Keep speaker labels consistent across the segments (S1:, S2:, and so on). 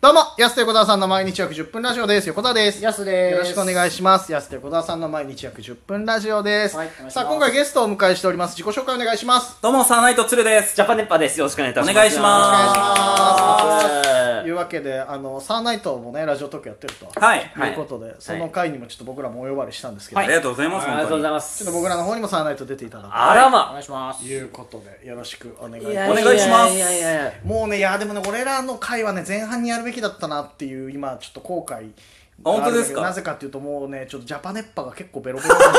S1: どうも、安手小沢さんの毎日約10分ラジオです。横澤です。よ
S2: やすです。
S1: ろしくお願い
S2: し
S1: します。安手小沢さんの毎日約10分ラジオです。
S2: はいお願いします
S1: さあ、今回ゲストをお迎えしております。自己紹介お願いします。
S3: どうも、サーナイトツルです。
S2: ジャパネッパです。よろしくお願いいたします。
S3: お願いします
S1: お願いしますと
S2: え
S1: い
S2: ー
S1: うわけで、あの、サーナイトもね、ラジオトークやってると。
S3: はい。
S1: い。うことで、その回にもちょっと僕らもお呼ばれしたんですけど、
S3: ありがとうございます。
S2: ありがとうござい
S3: ま
S2: ます。
S1: ちょっと僕らの方にもサーナイト出ていただく
S2: あら
S3: お
S2: ま。
S3: 願いします。
S1: ということで、よろしくお願いし
S2: い
S1: ま
S2: や
S1: す。
S3: お願いします
S2: いやいやいやいや
S1: もうね、いや、でもね、俺らの回はね、前半にやるべきだったなっていう、今、ちょっと後悔。
S3: あ本当ですか
S1: なぜかっていうと、もうね、ちょっとジャパネッパが結構ベロベロなんですよ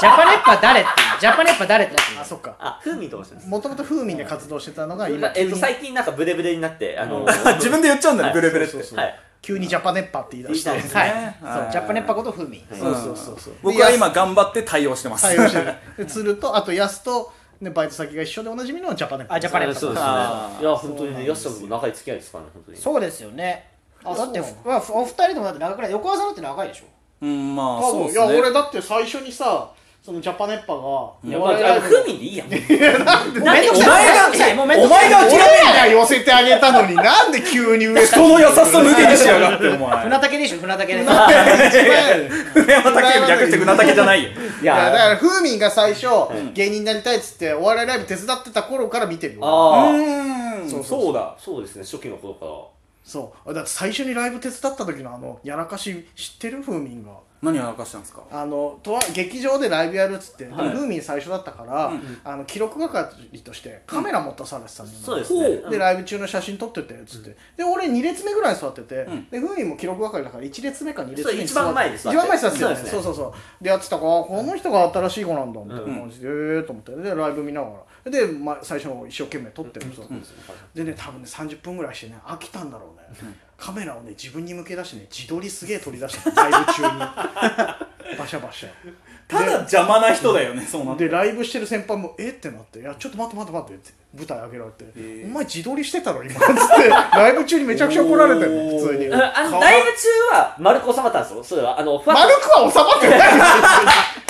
S4: ジャパネッパ誰ってジャパネッパ誰ってなってる
S1: あ、そっか。
S2: あ、風味と申します。
S1: もともと風味で活動してたのが今
S2: えっと、最近なんかブレブレになって、あの、
S3: 自分で言っちゃうんだね、ブレブレって。
S1: そう
S3: ね
S1: そうそう
S2: はい。
S1: 急にジャパネッパって言い出して、
S2: 言い出し
S4: はい、
S3: は
S4: そ
S3: いう
S4: ジャパネッパこと風味
S1: そうそうそうそう
S3: 僕は今頑張って対応してます。
S1: 対応してるで鶴とあとヤスと、ね、バイト先が一緒でおなじみのジャパネッパ
S4: あジャパネッパ
S2: そうですね。い
S3: あー
S2: や、本当にね、よっしゃも長い付き合いですからね、本当に。
S4: そうですよねあだって
S1: そう
S4: まあお二人ともだって長くない横川さんだって長いでしょ
S3: うん、まあ、
S1: 多
S3: そう
S1: 分
S3: で
S1: い
S3: す
S1: や
S3: ね。
S1: 俺だって最初にさそのジャパネッパが
S2: いや、
S1: お
S2: まあ、
S1: 笑いライブ
S2: 風味でいいやん。
S4: めんどく
S3: お
S4: さい
S3: 前
S4: めんどくさいもう
S3: が、お
S4: めんど
S3: 前
S4: くさい
S3: が
S1: 俺
S3: 諦め
S1: らに寄せてあげたのになんで急に上
S3: 人の優しさ無限にしやがって、お前。
S4: 船竹でしょ船 竹で
S3: 船山竹より略して船竹じゃないよ。
S2: い
S1: いやだか
S2: や、
S1: ら風味が最初、芸人になりたいっつってお笑いライブ手伝ってた頃から見てるよ
S3: う
S2: ああ、
S3: ーん、
S1: そうそう
S3: そうだ。
S2: そうですね、初期の頃から。
S1: そうだって最初にライブ手伝った時のあのやらかし知ってる風味が
S3: 何やらかしたんですか
S1: あのとは劇場でライブやるっつって、でも
S2: はい
S1: ルーミン最初だったから、あの記録係としてカメラ持たされてたのよ
S2: そうですね。
S1: でライブ中の写真撮っててっつって、で俺2列目ぐらいに座ってて、
S3: ん
S1: でふーみんも記録係だから1列目か2列目に
S2: そう一番前に座って
S1: 一番前に座ってたよね
S2: そう
S1: そう
S2: です
S1: そ
S2: ね
S1: うそうでやってたからこの人が新しい子なんだみたいな感じで、ええーと思ってでライブ見ながらで、ま、最初の一生懸命撮ってるんですよ、でね多分ね30分ぐらいしてね飽きたんだろうね、カメラをね自分に向け出してね自撮りすげえ撮り出したのライブ中にバシャバシャ
S3: ただ邪魔な人だよね、そうなって。
S1: でライブしてる先輩も「えっ?」てなって「いやちょっと待って待って待って」って舞台上げられて「
S3: えー
S1: お前自撮りしてたろ今」っつって ライブ中にめちゃくちゃ怒られたよね
S3: おー
S1: 普通に
S2: うんあの、ライブ中は丸く収まったんですよ。それは、あの、ふわっと
S1: 丸くは収まってない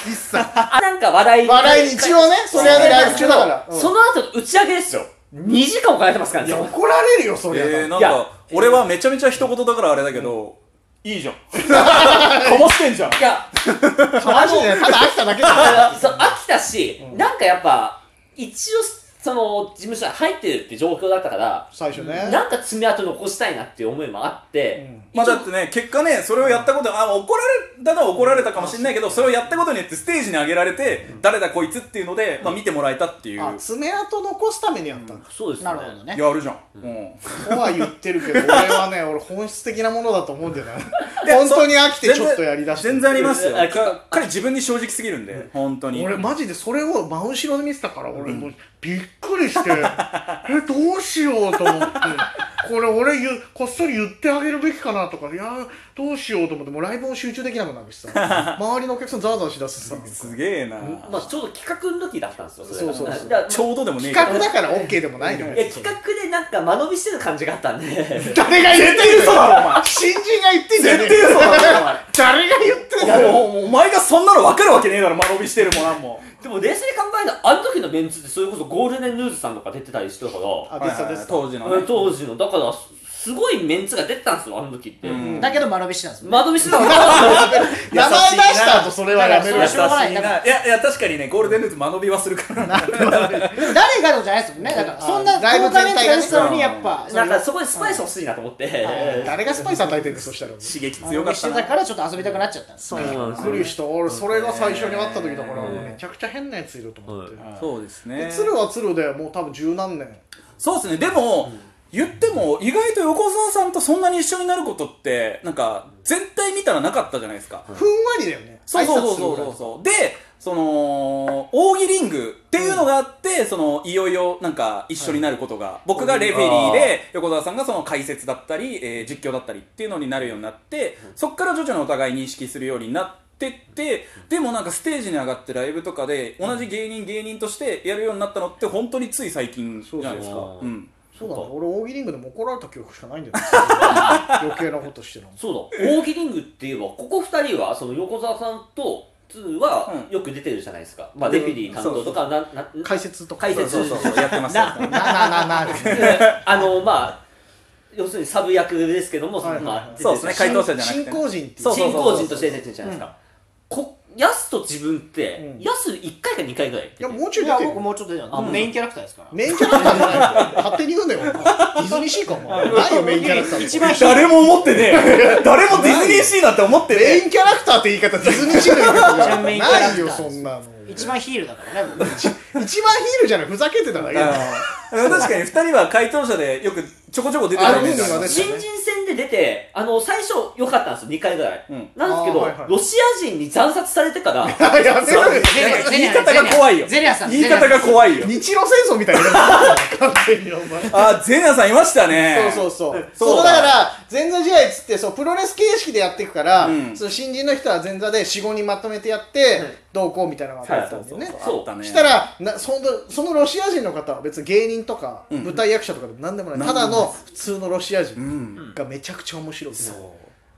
S1: です一切
S2: あ、なんか話題に
S1: 笑いに一応ねそれはねライブ中だからうん
S2: その後の打ち上げですよ。2時間もかえてますから
S1: い
S2: ね
S1: や。怒られるよそりゃ、
S3: えー、なん
S2: いや
S3: か、俺はめちゃめちゃ一言だからあれだけど、いいじゃん。かましてんじゃん。
S2: いや、
S1: マジでただ飽きただけだよ
S2: あのそう飽きたし、なんかやっぱ、一応、その、事務所に入ってるって状況だったから、
S1: 最初ね
S2: なんか爪痕残したいなっていう思いもあって、
S3: まあだってね、結果ね、それをやったこと、あ、怒られたのは怒られたかもしれないけど、それをやったことによってステージに上げられて、誰だこいつっていうので、まあ見てもらえたっていう。
S1: あ爪痕残すためにやったんだ、
S2: そうです
S4: な
S2: よ
S4: る
S2: ね。
S4: ほどね
S3: やるじゃん。うん。
S1: とは言ってるけど俺はね俺本質的なものだと思うんだよね本当に飽きてちょっとやりだして
S3: 全然ありますよ
S2: あ。
S3: か彼自分に正直すぎるんで、本当に。
S1: 俺マジでそれを真後ろで見てたから俺もうびっくり してえどうしようと思ってこれ俺ゆこっそり言ってあげるべきかなとかいやどうしようと思ってもうライブも集中できなくなるしさ 周りのお客さんざわざわしだすしさ
S3: すげえな。
S2: まあ、ちょうど企画の時だったんですよ、それが
S1: そうそうそう
S2: だから
S3: ちょうどでもねえけど
S1: 企画だから OK でもないのよ
S2: いや企画でなんか間延びしてる感じがあったんで、
S1: 誰が言ってる
S3: 嘘だろお前
S1: 新人が言ってんだよね
S3: 絶対嘘だ
S2: ろお前
S1: 誰が言ってんだ
S3: いやで
S1: よ
S3: もお前がそんなの分かるわけねえだろ、間延びしてるもなんも。
S2: でも冷静に考えたら、あの時のメンツって、それこそゴールデンヌーズさんとか出てたりしてたから、
S1: あ出てた出てた
S3: 当時のね。
S2: 当時の、だから、すすごいメンツが出てたんですよ、あの時って。
S3: うん
S4: だけど間延びしてたんですよね
S2: 間延びしてたから、
S1: 名前出した後それはやめ
S4: そ
S1: ろ
S4: れ
S1: よ
S4: はしょうがない
S3: 優しいやいや、確かにね、ゴールデンルーズ間延びはするからな。
S4: でも誰がとかじゃないですもんねだから
S1: あー
S4: そんな
S1: ライブ
S4: この画面
S1: 全体がね
S4: 出したのにやっぱ
S2: なんかそこでスパイス欲しいなと思って、
S1: 誰がスパイス与えてんだよそしたら
S3: 刺激
S4: 間延
S3: 強か
S4: び
S3: っ
S4: したて
S3: な
S4: た。からちょっと遊びたくなっちゃったんです
S1: そう
S2: なんですよ
S1: びっくりした俺それが最初に会った時だから
S3: うん
S1: めちゃくちゃ変なやついると思って、
S2: うん
S3: そうです
S1: で
S3: ね。
S1: 鶴は鶴でもう多分十何年
S3: そうですねでも、言っても意外と横澤さんとそんなに一緒になることってなんか全体見たらなかったじゃないですか、
S1: ふんわりだよね
S3: そうそう
S1: 挨拶
S3: そう
S1: する
S3: そう
S1: ぐらい
S3: そうそうでその奥義リングっていうのがあって、そのいよいよなんか一緒になることが、僕がレフェリー
S2: あ
S3: で横澤さんがその解説だったり、えー実況だったりっていうのになるようになって、そこから徐々にお互い認識するようになってってでもなんかステージに上がってライブとかで同じ芸人芸人としてやるようになったのって本当につい最近じゃないですか
S2: そうそうそう
S3: うん
S1: そうだね俺大喜利リングでも怒られた記憶しかないんだよね余計なことしてるの
S2: そうだ、大喜リングって言えば、ここ2人は、その横澤さんと、ツーは
S3: うん
S2: よく出てるじゃないですか。まあ、レフェリー担当とか、ななな
S1: 解説とか
S2: 解説
S3: そうそうそうやってますよ
S1: なななな
S2: あの、まあ、要するにサブ役ですけども、
S1: はいはいはい
S2: まあ、
S3: そうですね
S2: 出て
S3: 回答者じゃなくて
S1: 新
S3: ね
S1: 興人ってい
S3: そう
S2: 新興人として出てるじゃないですか。こヤスと自分って、
S1: うん
S2: ヤス1回か2回ぐらい言って
S1: いや
S2: て
S1: もうちょい
S4: い
S1: 出
S4: や
S1: て
S4: 僕
S1: る
S4: もうちょっとじゃ
S2: あ
S4: メインキャラクターですから
S1: メインキャラクターじゃないよ勝手に言うなよディズニーシーかお前ないよメインキャラクター
S4: 一番低い
S3: 誰も思ってねえ 誰もディズニーシーなんて思ってね
S1: メイ
S3: え
S1: ンキャラクターって言い方ディズニーシーの言い方じゃな
S4: メ
S1: い
S4: インキャラクタ
S1: な
S4: ー
S1: いよそんなの
S4: 一番ヒールだから ね僕
S1: 一番ヒールじゃないふざけてただけだよ
S3: うん確かに2人は回答者でよくちょこちょこ出て
S1: あ
S3: た
S1: る
S3: イメ
S1: ん
S3: ージ
S1: だ
S3: あ
S1: よ
S3: る
S1: ね
S2: 新人戦で出て、あの、最初良かったんですよ、2回ぐらい。
S3: うん
S2: なんですけど、
S1: あーはいはい
S2: ロシア人に惨殺されてから、
S1: やめろよ
S4: ゼ リア
S3: 言い方が怖いよ
S4: ゼリアさん
S3: 言い方が怖いよ
S1: 日露戦争みたいな完全にお前
S3: あゼニアさんいましたね
S1: そうそうそう。
S3: そ
S1: その
S3: うだ
S1: だから前座試合っつってそうプロレス形式でやっていくから、
S3: うん
S1: その新人の人は前座で45人まとめてやって、どうこうみたいなのがあったんだよね。
S2: そう
S3: あったね
S1: したらなそのそのロシア人の方は別に芸人とか
S3: ん
S1: 舞台役者とかでも何でもない、
S3: なんで
S1: た
S3: もな
S1: だ
S3: い
S1: の普通のロシア人
S3: うん
S1: がめちゃくちゃ面白い、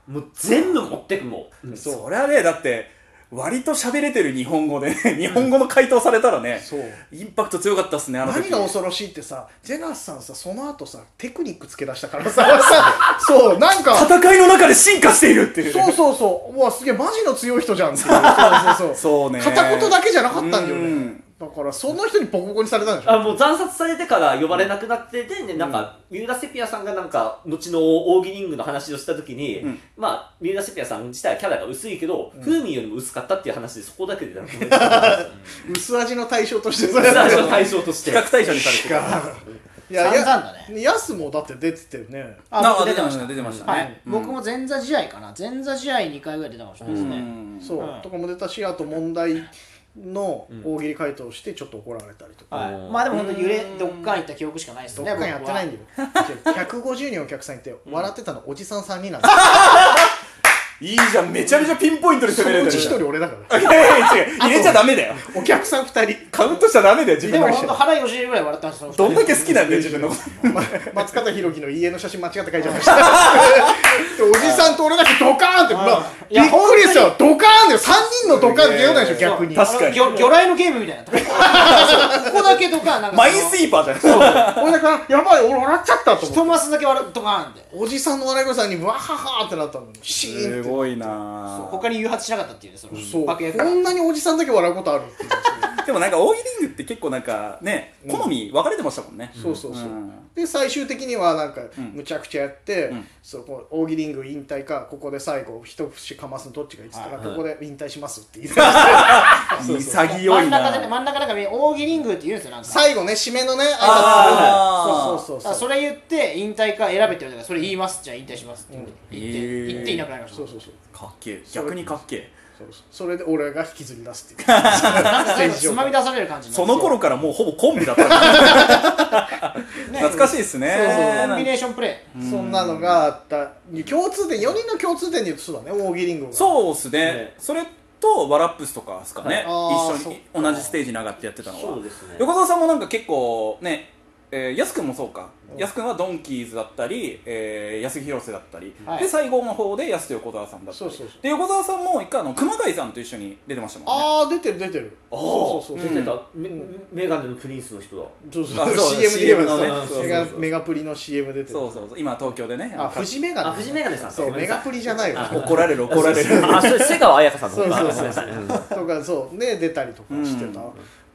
S2: もう全部持ってくもん。
S1: そう
S3: そりゃねだって割と喋れてる日本語でね日本語の回答されたらね
S1: そう
S3: インパクト強かったっすねあの
S1: 何
S3: 時
S1: が恐ろしいってさジェナスさんさその後さテクニックつけ出したからさ さそうなん か
S3: 戦いの中で進化しているっていう
S1: そうそうそううわすげえマジの強い人じゃんってい うそうそうそう
S3: そうね
S1: 片言だけじゃなかったんだよ
S3: う
S1: ね
S3: ん
S1: だからその人にボコボコにされたんでしょ
S2: あもう惨殺されてから呼ばれなくなってで、ね、なんか、三浦セピアさんがなんか、後の大喜リングの話をしたときに、
S3: ん
S2: まあ、三浦セピアさん自体はキャラが薄いけど、風味よりも薄かったっていう話で、そこだけでなんか、
S1: 薄味の対象としてそれ
S2: 最
S1: やって
S2: 初の
S1: る
S2: 対象として
S3: 比。較対象にされてた
S1: いやい
S4: 散々だ
S1: やヤスもだって出てたよね
S3: な
S4: 僕
S3: 出てました出てました
S4: は
S3: ね
S4: い僕も前座試合かな前座試合2回ぐらい出たかもしれないです
S3: う
S4: ね
S3: ん
S1: そう、
S4: うん
S1: とかも出たしあと問題の大喜利回答をしてちょっと怒られたりとか、
S4: はい
S2: うん
S4: まあでも本当揺れどっかん行った記憶しかないです
S1: どっ
S4: ね
S1: かにやってないんだよ150人お客さんいて笑ってたのおじさん3人なんで
S3: いいじゃんめちゃめちゃピンポイントで攻
S1: す
S3: め
S1: よそ
S3: れ
S1: のう
S3: て
S1: ち1
S3: るじゃん
S1: 人俺だから
S3: いやいや違う入れちゃダメだよ
S1: お客さん2人
S3: カウントしちゃダメだよ自
S4: で
S3: 分
S4: も
S3: の
S4: 本当
S3: 人
S4: 腹よじれぐらい笑ってましたその二人
S3: どんだけ好きなんだよ自分のこと
S1: ま松方弘樹の家の写真間違って書いちゃいましたでおじさんと俺だけドカーンって、ま
S4: は
S1: あ、
S4: いい
S1: びっ
S4: や
S1: くりしたよドカーンだよ3人のドカーンって言うないでしょ逆に
S3: 確かに
S4: 魚魚雷のゲームみ たいなそうここだけドカンなんか
S3: マインスイーパーじゃんそう
S1: 俺だからやばい俺笑っちゃったと思って
S4: 一マスだけ笑うドカーンって
S1: おじさんの笑い声さんにわははってなったのにシーン
S3: す
S1: って
S3: ごいな
S4: そう
S3: ぁ
S4: 他に誘発しなかったっていうねその
S1: そう
S4: 爆薬
S1: こんなにおじさんだけ笑うことあるっていう
S3: でもなんか大喜利リングって結構なんかね好み分かれてましたもんね
S1: そうそうそう、
S3: うん
S1: で最終的にはなんかむちゃくちゃやって、
S3: うん
S1: そうこう大喜利リング引退かここで最後一節かますのどっちがいいっつったら、
S2: はいはい
S1: ここで引退しますって言ってましたそうそう
S3: 潔い
S4: 真ん
S3: な
S4: 中でね真ん中なんかね大喜利リングって言うんですよなんか
S1: 最後ね締めのね挨拶
S3: あー
S1: そうそう
S4: だか
S1: そう
S4: らそれ言って引退か選べって言われたからそれ言いますじゃあ引退しますって言って
S3: うん
S4: 言って
S3: へー
S4: 言っていなくなりました
S1: そうそうそう
S3: かっけえ逆にかっけえ
S1: そうそうそれで俺が引きずり出すっていう
S4: なんか最後つまみ出される感じになって
S3: その頃からもうほぼコンビだったから
S4: ね
S3: 懐かしいですね
S4: そうそうコ
S3: な
S4: ンビ
S3: んか
S4: ネーションプレ
S1: そんなのがあった共通点4人の共通点で言うとそうだね大喜利リングが
S3: そうっすね
S2: ね
S3: それとワラップスとかですかね
S2: はい
S1: あー
S3: 一緒に
S1: そっか
S3: 同じステージに上がってやってたの
S2: そ
S3: は
S2: うですね。
S3: 横澤さんもなんか結構ねえーやすくんもそうか
S1: うん
S3: やすくんはドンキーズだったりえーやす広瀬だったり
S4: はい
S3: で最後の方でやすと横澤さんだった
S1: そう
S3: り
S1: そうそう
S3: で横澤さんも一回あの熊谷さんと一緒に出てましたもんね
S1: ああ出てる出てる
S2: ああ、
S1: そうそうそう
S2: 出てた、メメガネのプリンスの人だ。
S1: そう
S3: あ
S1: そ
S3: そうう
S1: CM で言えばね
S2: そうそうそう
S1: メガメガプリの CM 出てる
S3: そうそうそう今東京でね
S1: あフジメガネ
S2: あフジメガネさん
S1: そう
S2: ごめん
S1: メ
S2: なさい
S1: ガプリじゃないわ
S3: 怒られる怒られる
S2: あ、それ瀬川綾香さんの
S1: そうそうそう
S2: あすいませんん
S1: とかそうね出たりとかしてた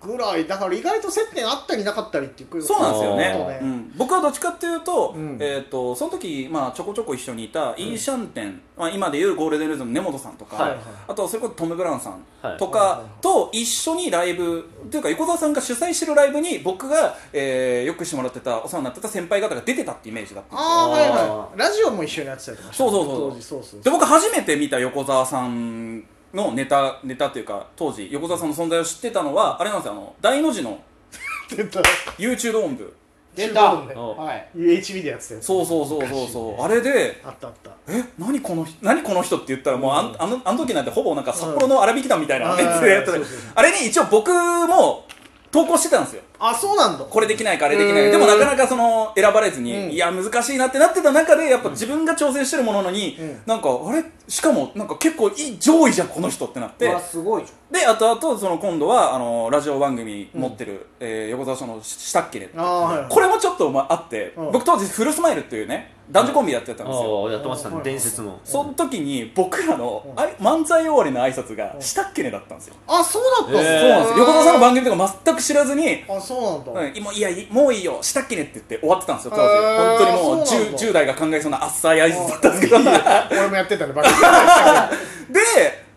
S1: ぐらいだから意外と接点あったりなかったりっていう
S3: そうなんですよ
S1: そう
S3: ね
S1: ね、
S3: うん、僕はどっちかっていうと,、
S1: うん
S3: えー、とその時、まあ、ちょこちょこ一緒にいたイーシャンテン、まあ、今でいうゴールデンルーズの根本さんとか、
S2: はい
S3: あとそれこそトム・ブラウンさん
S2: はい
S3: とかと一緒にライブというか横澤さんが主催してるライブに僕が、えーよくしてもらってたお世話になってた先輩方が出てたってイメージだったんですよ
S1: ああはいは
S2: あ
S1: いラジオも一緒にやってたりとかして
S3: そうそうそう
S1: 当時そうそう
S3: で僕初めて見た横澤さんのネタネタというか当時横澤さんの存在を知ってたのはあれなんですよあの大の字の
S1: 出た
S3: YouTube ドーム部
S4: ー出た
S1: 中
S2: 国で
S4: はい
S1: UHB でやってたやつ
S3: そうそうそうそうそう、
S1: 昔ね
S3: あれで
S1: あったあった
S3: え何この人何この人って言ったらもうあん、あのあの時なんてほぼなんか札幌の荒引き団みたいな
S1: うん
S3: メンツでやってた
S1: あーそうそうそう
S3: あれに一応僕も投稿してたんですよ
S1: あそうなんだ
S3: これできないかあれできな
S1: う
S3: い
S1: ん
S3: でもなかなかその選ばれずに、
S1: うん
S3: いや難しいなってなってた中でやっぱ自分が挑戦してるもののに、
S1: うん
S3: なんかあれしかもなんか結構いい上位じゃんこの人ってなって
S4: うわすごいじ
S3: で後々その今度はあのラジオ番組持ってる、えー横澤さんのしたっけね
S1: ああはいはい
S3: これもちょっと、まあって、
S1: うん
S3: 僕当時フルスマイルっていうね男女コンビやってたんですよ、
S2: ああやってましたね伝説の
S3: その時に僕らの、
S1: うん
S3: あい漫才終わりの挨拶が
S1: うん
S3: 「したっけね」だったんですよ、
S1: あそうだった
S2: へー
S3: そうなんですよ横澤さんの
S1: 組
S3: 番組とか全く知らずに
S1: あそうなんだ、
S3: うん、今いやいもういいよしたっけねって言って終わってたんですよ当時、
S1: へー
S3: 本当にもう
S1: そうなん
S3: 10,
S1: だ
S3: 10代が考えそうなあっさい挨拶だったんですけどで
S1: 俺もやってたねバカ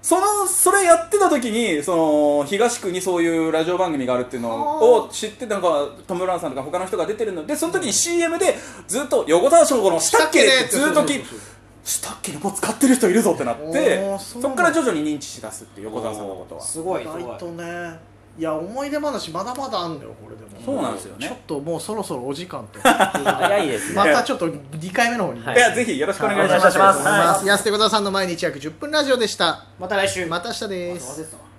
S3: そのそれやってた時にその東区にそういうラジオ番組があるっていうのを知ってなんかトム・ブラウンさんとか他の人が出てるのでその時に CM でずっと横澤翔吾のしたっけねってずっと聞いてしたっけねもう使ってる人いるぞってなって
S1: おーそ
S3: そっ
S1: うなんだ
S3: から徐々に認知しだすっていう横澤さんのこと
S4: ゃん
S3: は
S4: すごい
S1: 意
S4: すごい
S1: 外とねいや思い出話まだまだあんだよこれでも
S3: そうなんですよ
S1: ちょっ
S3: ね
S1: ともうそろそろお時間と
S2: 早いですね
S1: またちょっと2回目の方に、
S2: はい
S3: いやぜひよろしくお願いし
S2: お願いします
S1: 安手小沢さんの毎日約10分ラジオでした
S4: また来週
S1: また明日です
S4: 忘れてたわ